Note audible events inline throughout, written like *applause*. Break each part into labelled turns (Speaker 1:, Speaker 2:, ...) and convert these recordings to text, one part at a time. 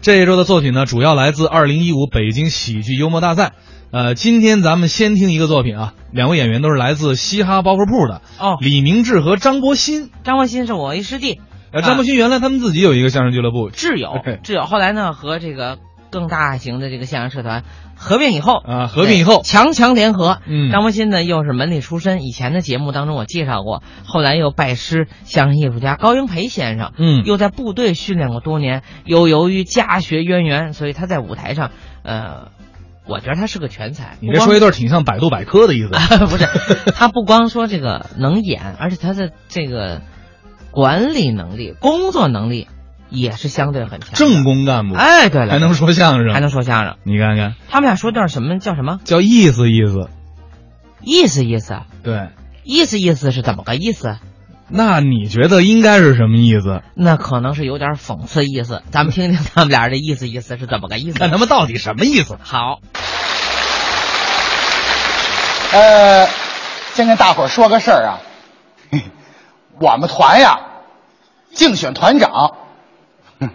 Speaker 1: 这一周的作品呢，主要来自二零一五北京喜剧幽默大赛。呃，今天咱们先听一个作品啊，两位演员都是来自嘻哈包袱铺的
Speaker 2: 哦
Speaker 1: 李明志和张博鑫。
Speaker 2: 张国新是我一师弟，
Speaker 1: 呃，张博鑫原来他们自己有一个相声俱乐部
Speaker 2: 挚友
Speaker 1: 嘿，
Speaker 2: 挚友。后来呢，和这个更大型的这个相声社团合并以后，
Speaker 1: 啊，合并以后
Speaker 2: 对，强强联合。
Speaker 1: 嗯
Speaker 2: 张国新呢又是门里出身，以前的节目当中我介绍过，后来又拜师相声艺术家高英培先生，
Speaker 1: 嗯
Speaker 2: 又在部队训练过多年，又由于家学渊源，所以他在舞台上，呃，我觉得他是个全才。
Speaker 1: 你
Speaker 2: 不
Speaker 1: 这
Speaker 2: 光
Speaker 1: 说一段挺像百度百科的意思。
Speaker 2: *laughs* 不是，他不光说这个能演，而且他的这个管理能力、工作能力也是相对很强的。
Speaker 1: 正宫干部
Speaker 2: 哎，对了，
Speaker 1: 还能说相
Speaker 2: 还
Speaker 1: 声，
Speaker 2: 能说相声。
Speaker 1: 你看看，
Speaker 2: 他们俩说段什么叫什么？
Speaker 1: 叫意思意思。
Speaker 2: 意思意思，
Speaker 1: 对，
Speaker 2: 意思意思是怎么个意思？
Speaker 1: 那你觉得应该是什么意思？
Speaker 2: 那可能是有点讽刺意思。咱们听听他们俩的意思意思是怎么
Speaker 1: *laughs*
Speaker 2: 个意思
Speaker 1: 看？他们到底什么意思？
Speaker 2: 好，
Speaker 3: 呃，先跟大伙儿说个事儿啊，我们团呀，竞选团长，哼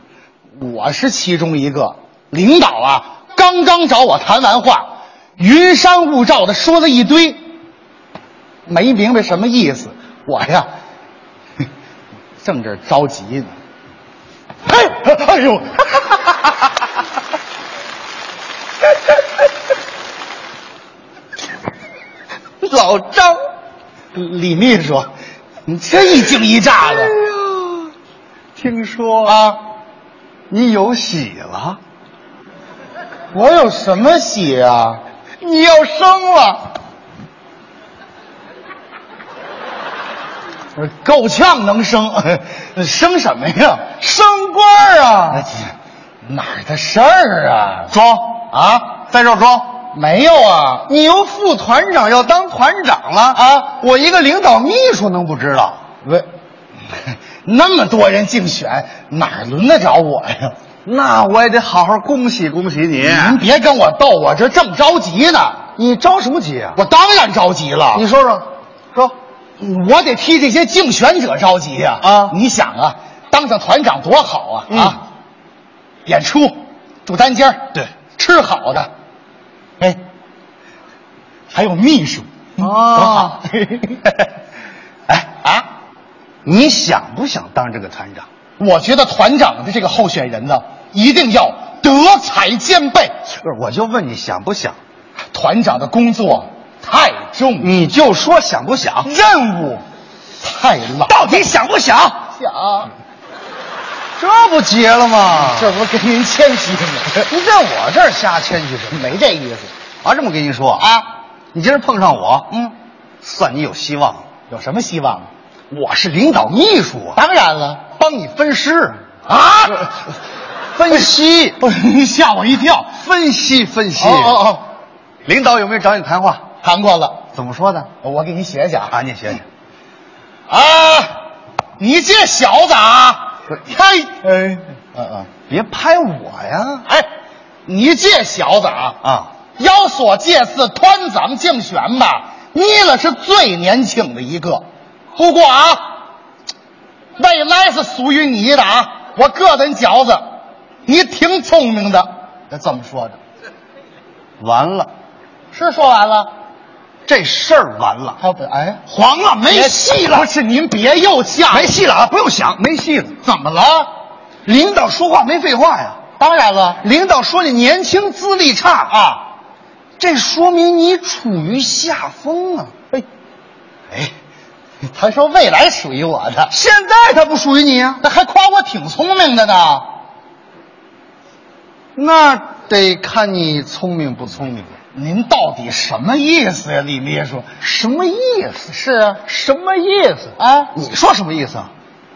Speaker 3: 我是其中一个。领导啊，刚刚找我谈完话，云山雾罩的说了一堆，没明白什么意思。我呀，哼正这儿着急呢。哎，哎呦！ *laughs* *laughs* 老张，李秘书，你这一惊一乍的。听说哎啊，你有喜了？我有什么喜啊？你要生了。够呛能生， *laughs* 生什么呀？升官啊！哪儿的事儿啊？装啊，在这装。没有啊！你由副团长要当团长了啊！我一个领导秘书能不知道？喂， *laughs* 那么多人竞选，哪儿轮得着我呀？那我也得好好恭喜恭喜你！您别跟我斗，我这正着急呢。你着什么急啊？我当然着急了。你说说，说，我得替这些竞选者着急呀！啊，你想啊，当上团长多好啊！啊，演出，住单间对，吃好的，哎，还有秘书，哦， *laughs* 哎啊，你想不想当这个团长？我觉得团长的这个候选人呢，一定要德才兼备。
Speaker 4: 不是，我就问你想不想？
Speaker 3: 团长的工作太重，
Speaker 4: 你就说想不想？
Speaker 3: 任务太老，
Speaker 4: 到底想不想？
Speaker 3: 想，
Speaker 4: 这不结了吗？
Speaker 3: 这不跟您谦虚
Speaker 4: *laughs*
Speaker 3: 吗？
Speaker 4: 您在我这儿瞎谦虚什么？
Speaker 3: 没这意思
Speaker 4: 啊，这么跟你说
Speaker 3: 啊，
Speaker 4: 你今儿碰上我，
Speaker 3: 嗯，
Speaker 4: 算你有希望。
Speaker 3: 有什么希望？啊
Speaker 4: 我是领导秘书啊，
Speaker 3: 当然了，
Speaker 4: 帮你分尸
Speaker 3: *laughs* 啊，
Speaker 4: 分析，
Speaker 3: 不是你吓我一跳。
Speaker 4: *laughs* 分析分析。
Speaker 3: 哦哦哦，
Speaker 4: 领导有没有找你谈话？
Speaker 3: 谈过了，
Speaker 4: 怎么说的？
Speaker 3: 我给你写写啊
Speaker 4: 啊，。你写写。
Speaker 3: 啊，你这小子啊，嘿，
Speaker 4: 哎，
Speaker 3: 嗯嗯，
Speaker 4: 别拍我呀！
Speaker 3: 哎，你这小子啊
Speaker 4: 啊，
Speaker 3: 要说这次团长竞选吧，你了是最年轻的一个。不过啊，未来是属于你的啊！我个人觉着，你挺聪明的。这么说的，
Speaker 4: 完了，
Speaker 3: 是说完了？
Speaker 4: 这事儿完了，
Speaker 3: 他本哎，
Speaker 4: 黄了，没戏了
Speaker 3: 不。是您别又下，
Speaker 4: 没戏了啊！不用想，没戏了。
Speaker 3: 怎么了？
Speaker 4: 领导说话没废话呀。
Speaker 3: 当然了，
Speaker 4: 领导说你年轻资历差啊，这说明你处于下风啊。
Speaker 3: 嘿，哎，他说未来属于我的，
Speaker 4: 现在他不属于你啊，
Speaker 3: 那还夸我挺聪明的呢。
Speaker 4: 那得看你聪明不聪明。
Speaker 3: 您到底什么意思呀，李秘书？
Speaker 4: 什么意思？
Speaker 3: 是啊，
Speaker 4: 什么意思？
Speaker 3: 啊，
Speaker 4: 你说什么意思啊？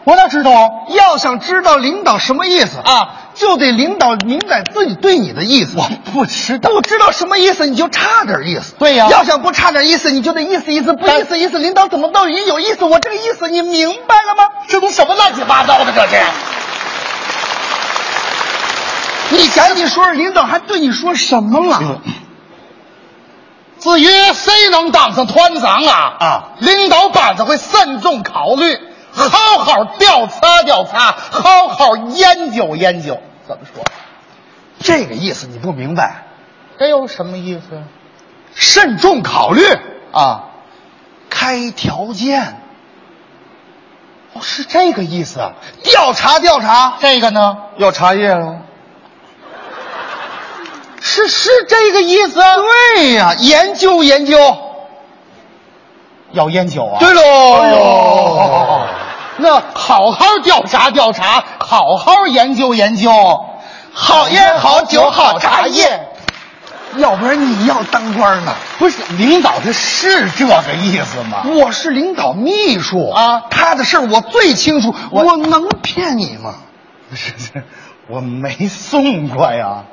Speaker 3: 我哪知道啊？
Speaker 4: 要想知道领导什么意思
Speaker 3: 啊，
Speaker 4: 就得领导明白自己对你的意思。
Speaker 3: 我不知道。
Speaker 4: 不知道什么意思，你就差点意思。
Speaker 3: 对呀
Speaker 4: 要想不差点意思，你就得意思意思，不
Speaker 3: 但
Speaker 4: 意思意思，领导怎么都已经有意思，我这个意思你明白了吗？
Speaker 3: 这都什么乱七八糟的？这是？
Speaker 4: 你赶紧说说，领导还对你说什么了？
Speaker 3: 至于谁能当上团长啊？
Speaker 4: 啊，
Speaker 3: 领导班子会慎重考虑，好好调查调查，好好研究研究。怎么说？这个意思你不明白，
Speaker 4: 这有什么意思？
Speaker 3: 慎重考虑
Speaker 4: 啊，
Speaker 3: 开条件，
Speaker 4: 哦，是这个意思啊。
Speaker 3: 调查调查，
Speaker 4: 这个呢，
Speaker 3: 要茶叶了。
Speaker 4: 是是这个意思。
Speaker 3: 对呀、研究研究。
Speaker 4: 要烟酒啊？
Speaker 3: 对喽。
Speaker 4: 哎呦，那好好调查调查，好好研究研究，
Speaker 3: 好烟好酒好茶叶，
Speaker 4: 要不然你要当官呢？
Speaker 3: 不是领导，他是这个意思吗？
Speaker 4: 我是领导秘书
Speaker 3: 啊
Speaker 4: 他的事儿我最清楚，
Speaker 3: 我
Speaker 4: 我能骗你吗？
Speaker 3: 不是，这 *laughs* 我没送过呀。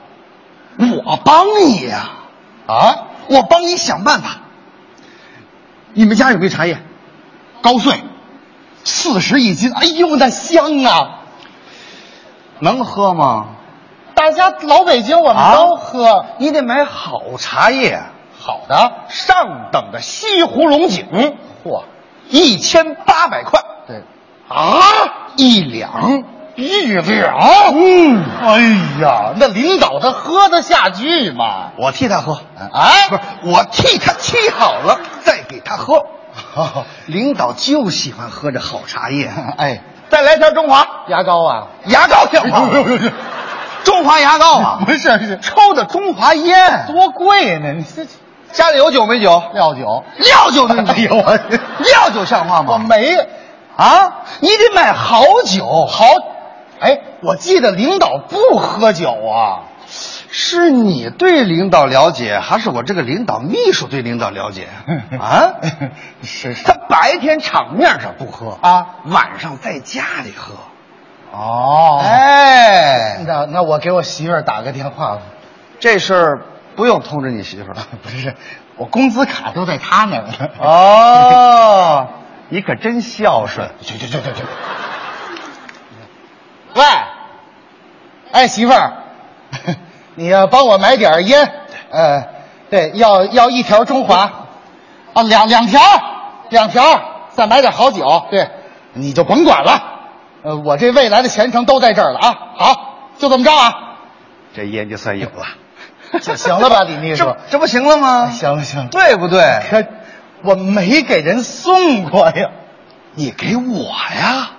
Speaker 4: 我帮你呀、
Speaker 3: 啊，
Speaker 4: 我帮你想办法。你们家有没有茶叶？
Speaker 3: 高穗
Speaker 4: 四十一斤，哎呦，那香啊！
Speaker 3: 能喝吗？
Speaker 4: 大家老北京我们
Speaker 3: 啊
Speaker 4: 都喝，
Speaker 3: 你得买好茶叶，
Speaker 4: 好的，
Speaker 3: 上等的西湖龙井，
Speaker 4: 嚯，
Speaker 3: 一千八百块
Speaker 4: 对，
Speaker 3: 啊，
Speaker 4: 一两，
Speaker 3: 一两。嗯，哎呀，
Speaker 4: 那领导他喝得下去吗？
Speaker 3: 我替他喝
Speaker 4: 啊
Speaker 3: 不是我替他沏好了再给他喝。领导就喜欢喝这好茶叶，
Speaker 4: 啊哎，
Speaker 3: 再来条中华
Speaker 4: 牙膏啊，
Speaker 3: 牙
Speaker 4: *laughs*
Speaker 3: 膏行吗？中华牙膏啊，
Speaker 4: 不是是
Speaker 3: 抽的中华烟。
Speaker 4: 多贵呢！你这
Speaker 3: 家里有酒没酒？
Speaker 4: 料酒，
Speaker 3: 料酒能
Speaker 4: 哎呦
Speaker 3: 有
Speaker 4: 我
Speaker 3: 料酒像话吗？
Speaker 4: 我没
Speaker 3: 啊，你得买好酒，好
Speaker 4: 好，哎，我记得领导不喝酒啊。
Speaker 3: 是你对领导了解，还是我这个领导秘书对领导了
Speaker 4: *laughs*
Speaker 3: 解？啊，
Speaker 4: 是是
Speaker 3: 他白天场面上不喝
Speaker 4: 啊，
Speaker 3: 晚上在家里喝。
Speaker 4: 哦哎，
Speaker 3: 哎，
Speaker 4: 那那我给我媳妇儿打个电话吧。
Speaker 3: 这事儿不用通知你媳妇儿了。
Speaker 4: *laughs* 不是，我工资卡都在她那儿呢。
Speaker 3: 哦，
Speaker 4: *laughs*
Speaker 3: 你可真孝顺。
Speaker 4: 去去去去去。喂，哎，媳妇儿， *laughs* 你要帮我买点儿烟，呃，对，要要一条中华，啊，两两条，两条，再买点好酒，对，你就甭管了，呃，我这未来的前程都在这儿了啊，好，就这么着啊，
Speaker 3: 这烟就算有了，
Speaker 4: *laughs* 这行了吧李秘书哎
Speaker 3: 这这不行了吗？
Speaker 4: 行了行了，
Speaker 3: 对不对？
Speaker 4: 可我没给人送过呀，
Speaker 3: 你给我呀，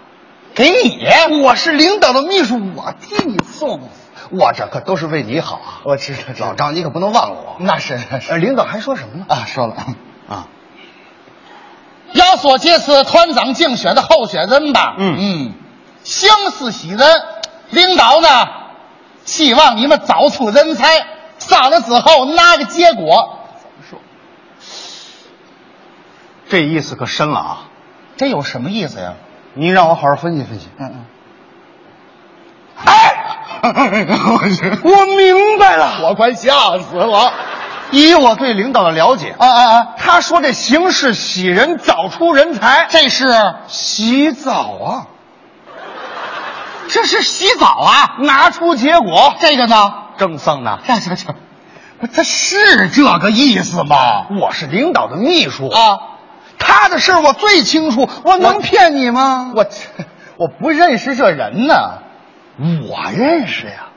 Speaker 4: 给你，
Speaker 3: 我是领导的秘书，我替你送，我这可都是为你好啊。
Speaker 4: 我知道知道
Speaker 3: 老张，你可不能忘了我。
Speaker 4: 那是那是
Speaker 3: 呃，领导还说什么呢？
Speaker 4: 啊，说了。
Speaker 3: 啊，
Speaker 4: 要说这次团长竞选的候选人吧，
Speaker 3: 嗯
Speaker 4: 嗯，相似喜人，领导呢，希望你们找出人才，商量之后拿个结果。
Speaker 3: 这意思可深了啊！
Speaker 4: 这有什么意思呀？
Speaker 3: 您让我好好分析分析。
Speaker 4: 嗯嗯， *laughs*
Speaker 3: 哎，我明白了。
Speaker 4: 我快吓死了！
Speaker 3: 以我对领导的了解，
Speaker 4: 啊啊啊！
Speaker 3: 他说这形势喜人，早出人才，
Speaker 4: 这是
Speaker 3: 洗澡啊，
Speaker 4: 这是洗澡啊！
Speaker 3: 拿出结果，
Speaker 4: 这个呢？
Speaker 3: 蒸桑拿。
Speaker 4: 这这这，他是这个意思吗？
Speaker 3: 我是领导的秘书
Speaker 4: 啊，
Speaker 3: 他的事儿我最清楚，我能骗你吗？ *laughs*
Speaker 4: 我我不认识这人呢，
Speaker 3: 我认识呀，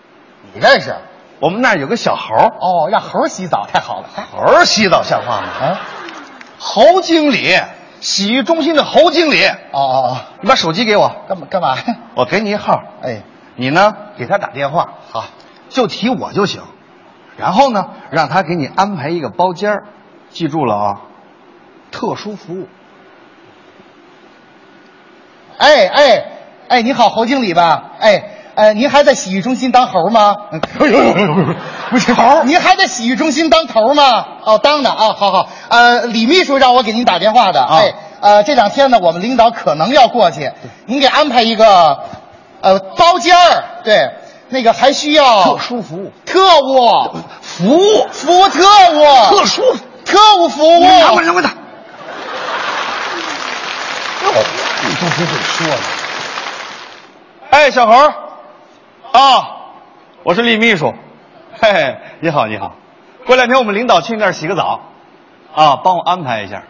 Speaker 4: 你认识？
Speaker 3: 我们那儿有个小猴儿，
Speaker 4: 哦，让猴儿洗澡太好了。
Speaker 3: 猴儿洗澡像话吗？
Speaker 4: 啊，
Speaker 3: 侯经理，洗浴中心的侯经理，
Speaker 4: 哦哦
Speaker 3: 你把手机给我
Speaker 4: 哦，，干嘛干嘛？
Speaker 3: *laughs* 我给你一号，
Speaker 4: 哎，
Speaker 3: 你呢给他打电话，
Speaker 4: 好，
Speaker 3: 就提我就行，然后呢让他给你安排一个包间儿记住了啊，特殊服务。
Speaker 4: 哎哎哎，你好，侯经理吧？哎。呃，您还在洗浴中心当猴吗？
Speaker 3: 不是猴，
Speaker 4: 您还在洗浴中心当头吗？哦，当的啊，好好。呃，李秘书让我给您打电话的。
Speaker 3: 啊
Speaker 4: 哎，呃，这两天呢，我们领导可能要过去，您给安排一个，呃，包间儿。对，那个还需要
Speaker 3: 特殊服务，
Speaker 4: 特务
Speaker 3: 服务，
Speaker 4: 服务特务
Speaker 3: 特殊，
Speaker 4: 特务服务。
Speaker 3: 你拿过来，拿过来。你都不会说了。哎，小猴儿，啊，我是李秘书，嘿嘿，你好，你好。过两天我们领导去你那儿洗个澡，啊，帮我安排一下，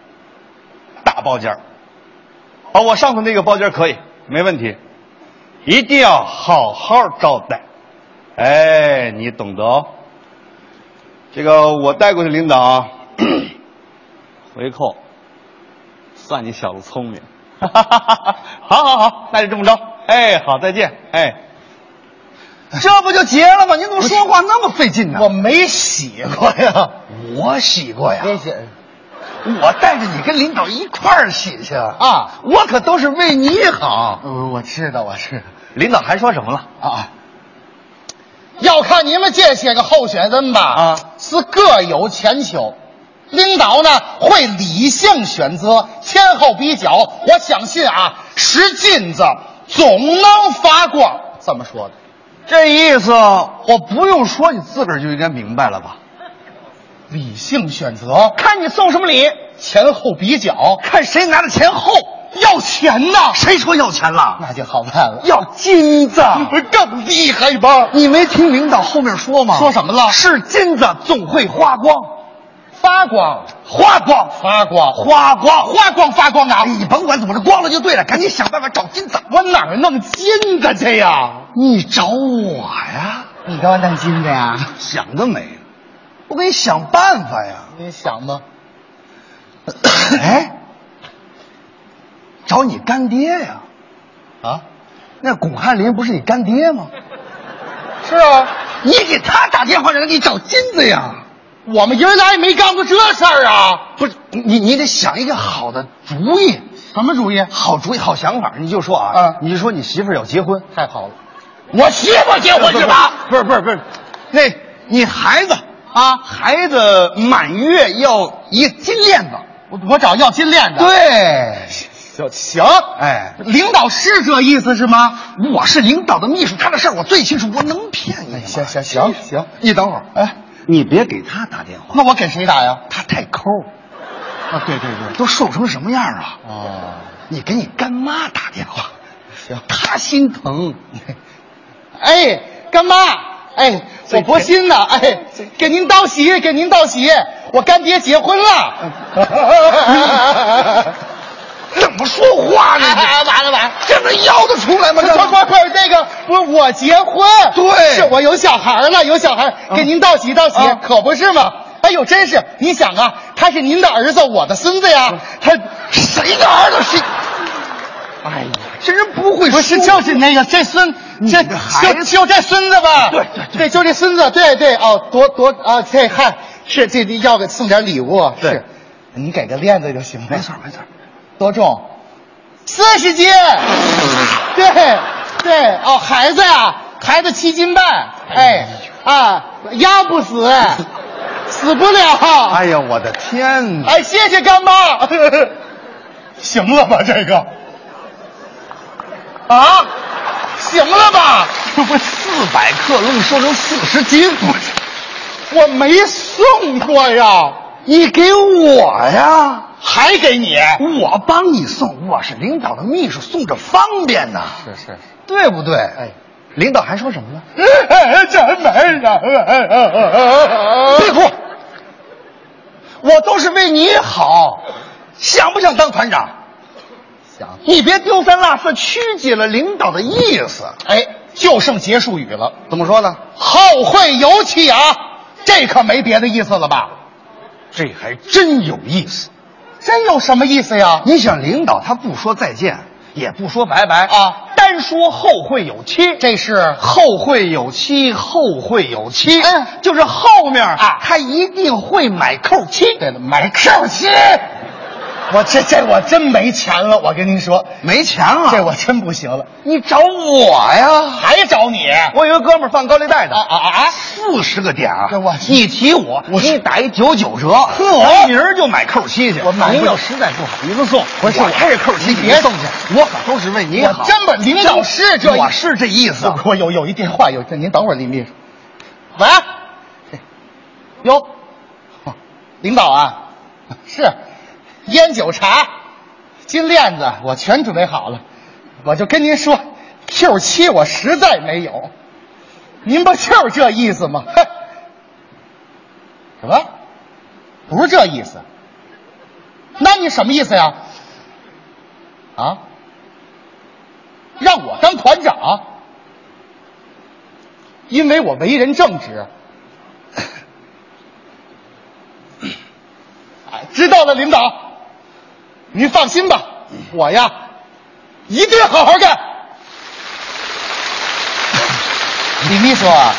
Speaker 3: 大包间儿。啊，我上次那个包间儿可以，没问题，一定要好好招待。
Speaker 4: 哎，你懂得哦。这个我带过的领
Speaker 3: *coughs*
Speaker 4: 导啊回扣，算你小子聪
Speaker 3: *laughs*
Speaker 4: 明。好好好，那就这么着。哎，好，再见。哎，
Speaker 3: *laughs* 这不就结了吗？您怎么说话那么费劲呢？
Speaker 4: 我没洗过呀，
Speaker 3: *laughs* 我洗过呀，
Speaker 4: 别洗
Speaker 3: 我带着你跟领导一块儿洗去
Speaker 4: 啊
Speaker 3: 我可都是为你好。
Speaker 4: 嗯，我知道，我知道。
Speaker 3: 领导还说什么了啊？
Speaker 4: 要看你们这些个候选人吧，
Speaker 3: 啊
Speaker 4: 是各有千秋。领导呢会理性选择，前后比较，我相信啊，使金子总能发光。这么说的，
Speaker 3: 这意思我不用说，你自个儿就应该明白了吧？
Speaker 4: 理性选择，
Speaker 3: 看你送什么礼，
Speaker 4: 前后比较，
Speaker 3: 看谁拿的钱厚。
Speaker 4: 要钱呐，
Speaker 3: 谁说要钱了？
Speaker 4: 那就好办了。
Speaker 3: 要金子。
Speaker 4: 不是更厉害吧？
Speaker 3: 你没听领导后面说吗？
Speaker 4: 说什么了
Speaker 3: 是金子总会花光，
Speaker 4: 发光，
Speaker 3: 花光，
Speaker 4: 发光，
Speaker 3: 花光，哎
Speaker 4: 花光发光啊！
Speaker 3: 你甭管怎么着，光了就对了，赶紧想办法找金子。
Speaker 4: 我哪儿弄金子去呀？
Speaker 3: 你找我呀？
Speaker 4: 你给我弄金子呀？
Speaker 3: 想得美！我给你想办法呀！
Speaker 4: 你想吧，
Speaker 3: *coughs* 哎，找你干爹呀？
Speaker 4: 啊，
Speaker 3: 那巩汉林不是你干爹吗？
Speaker 4: 是啊，
Speaker 3: 你给他打电话让他给你找金子呀？
Speaker 4: 我们爷儿俩也没干过这事儿啊。
Speaker 3: 不是，你你得想一个好的主意，
Speaker 4: 什么主意？
Speaker 3: 好主意，好想法。你就说啊，
Speaker 4: 嗯
Speaker 3: 你就说你媳妇儿要结婚，
Speaker 4: 太好了，我媳妇儿结婚去吧？
Speaker 3: 不是不是不是，那你孩子啊，孩子满月要一金链子。
Speaker 4: 我我找要金链子。
Speaker 3: 对，
Speaker 4: 对，行，
Speaker 3: 哎，
Speaker 4: 领导是这意思是吗？
Speaker 3: 我是领导的秘书，他的事儿我最清楚，我能骗你吗？
Speaker 4: 行行哎行行，
Speaker 3: 你等会儿，
Speaker 4: 哎，
Speaker 3: 你别给他打电话，
Speaker 4: 那我给谁打呀？
Speaker 3: 他太抠，
Speaker 4: 啊，对对对，
Speaker 3: 都瘦成什么样啊？
Speaker 4: 哦， *laughs*
Speaker 3: 你给你干妈打电话，
Speaker 4: 行
Speaker 3: 他心疼。
Speaker 4: 哎，干妈，哎，我博鑫呢，哎，给您道喜，给您道喜，我干爹结婚 *laughs* 了。
Speaker 3: 怎么说话呢？
Speaker 4: 哎哎哎完
Speaker 3: 了完了，这能要得出来吗？
Speaker 4: 快快快，那个不是我结婚，
Speaker 3: 对
Speaker 4: 是我有小孩了，有小孩，给您道喜道喜
Speaker 3: 啊，
Speaker 4: 可不是嘛。哎呦，真是，你想啊，他是您的儿子，我的孙子呀，他
Speaker 3: 谁的儿子谁？哎呀，这人不会
Speaker 4: 不是
Speaker 3: 说话
Speaker 4: 就是那个这孙
Speaker 3: 你
Speaker 4: 这
Speaker 3: 的孩
Speaker 4: 就
Speaker 3: 子
Speaker 4: 就这孙子吧，
Speaker 3: 对对对
Speaker 4: 对，就这孙子，对对哦，多多啊，这嗨，是这这要个送点礼物，
Speaker 3: 对
Speaker 4: 是，你给个链子就行了
Speaker 3: 没，错没错，
Speaker 4: 多重？四
Speaker 3: *laughs*
Speaker 4: 十斤，对对哦，孩子呀、孩子七斤半，哎啊，压不
Speaker 3: *laughs*
Speaker 4: 死，死不了，
Speaker 3: 哎呀，我的天哪！
Speaker 4: 哎，谢
Speaker 3: *laughs*
Speaker 4: 谢干妈。哎 *laughs* 行了吧，这个？啊，行了吧？
Speaker 3: 这不四百克愣说成四十斤，我
Speaker 4: 我没送过呀，
Speaker 3: 你给我呀，
Speaker 4: 还给
Speaker 3: *laughs*
Speaker 4: 你。
Speaker 3: 我帮你送，我是领导的秘书，送着方便呐，
Speaker 4: 是是，
Speaker 3: 对不对？哎，领导还说什么
Speaker 4: *laughs*
Speaker 3: 呢？
Speaker 4: 真没 *laughs* 人。 *laughs*
Speaker 3: 别哭，
Speaker 4: 我都是为你好，
Speaker 3: 想不想当团长？
Speaker 4: 想。
Speaker 3: 你别丢三落四，曲解了领导的意思。
Speaker 4: 哎，就剩结束语了。
Speaker 3: 怎么说呢？
Speaker 4: 后会有期啊！这可没别的意思了吧？
Speaker 3: 这还真有意思。
Speaker 4: 真有什么意思呀？
Speaker 3: 你想，领导他不说再见，也不说拜拜
Speaker 4: 啊，
Speaker 3: 单说后会有期。
Speaker 4: 这是
Speaker 3: 后会有期，后会有期，
Speaker 4: 嗯
Speaker 3: 就是后面
Speaker 4: 啊
Speaker 3: 他一定会买扣期。
Speaker 4: 对了，买扣七。我这这我真没钱了，我跟您说，
Speaker 3: 没钱了，
Speaker 4: 这我真不行了，
Speaker 3: 你找我呀？
Speaker 4: 还找你啊
Speaker 3: 我有一哥们儿放高利贷的，
Speaker 4: 啊啊！
Speaker 3: 四十个点啊
Speaker 4: 这我！
Speaker 3: 你提我，我你打一九九哎折，
Speaker 4: 呵
Speaker 3: 咱明儿就买扣七去。
Speaker 4: 我买不
Speaker 3: 您要实在不好，您就送。
Speaker 4: 不是
Speaker 3: 我开着扣七，
Speaker 4: 你别
Speaker 3: 送去，我可都是为你好。
Speaker 4: 我真把领导是这意
Speaker 3: 我是这意思。
Speaker 4: 我有有一电话，有您等会儿，李秘书。喂，哟，领导啊，是烟酒茶、金链子，我全准备好了。我就跟您说，Q 七我实在没有，您不就是这意思吗？哼什么？不是这意思？那你什么意思呀？啊？让我当团长？因为我为人正直。哎，知道了，领导，您放心吧，我呀，一定好好干。
Speaker 3: 李秘书啊，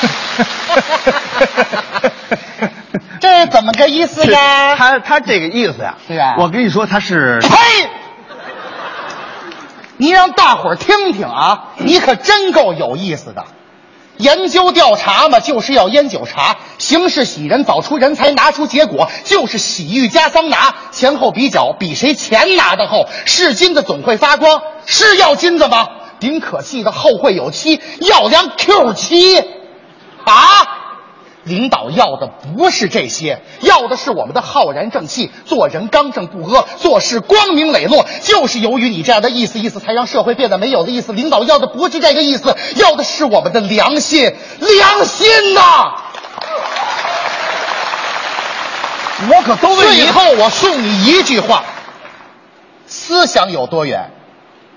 Speaker 4: *laughs* 这是怎么个意思呀？
Speaker 5: 他他这个意思呀、
Speaker 4: 是啊
Speaker 5: 我跟你说，他
Speaker 4: *laughs*
Speaker 5: 是
Speaker 4: 呸！你让大伙儿听听啊，你可真够有意思的。研究调查嘛，就是要烟酒茶，形势喜人，早出人才，拿出结果就是喜浴加桑拿，前后比较，比谁钱拿得厚。是金子总会发光，是要金子吗？顶可气的后会有期，要辆 Q 七，啊！领导要的不是这些，要的是我们的浩然正气，做人刚正不阿，做事光明磊落。就是由于你这样的意思意思，才让社会变得没有的意思。领导要的不是这个意思，要的是我们的良心，良心呐、
Speaker 3: 我可都为
Speaker 4: 最
Speaker 3: 你
Speaker 4: 后我送你一句话：思想有多远，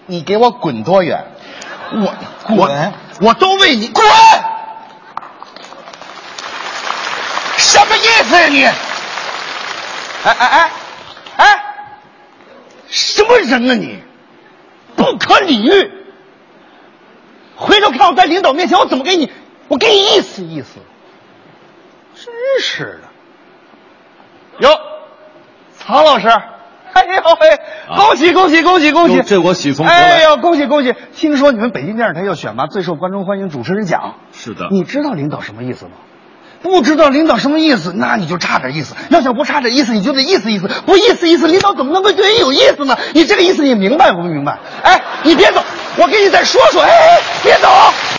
Speaker 4: 你给我滚多远。
Speaker 3: 我滚，我都为你
Speaker 4: 滚！
Speaker 3: 什么意思呀、你？哎哎哎哎，什么人啊你？不可理喻！回头看我在领导面前，我怎么给你？我给你意思意思。真是的。哟，曹老师， *laughs* 哎呦喂，恭喜恭喜恭喜恭喜！
Speaker 5: 啊哟这我喜从头来
Speaker 3: 哎呦，恭喜恭喜！听说你们北京电视台要选拔最受观众欢迎主持人奖。
Speaker 5: 是的
Speaker 3: 你知道领导什么意思吗？不知道领导什么意思，那你就差点意思。要想不差点意思，你就得意思意思，不意思意思，领导怎么能够对你有意思呢？你这个意思你明白不明白？哎，你别走，我给你再说说。哎哎，别走。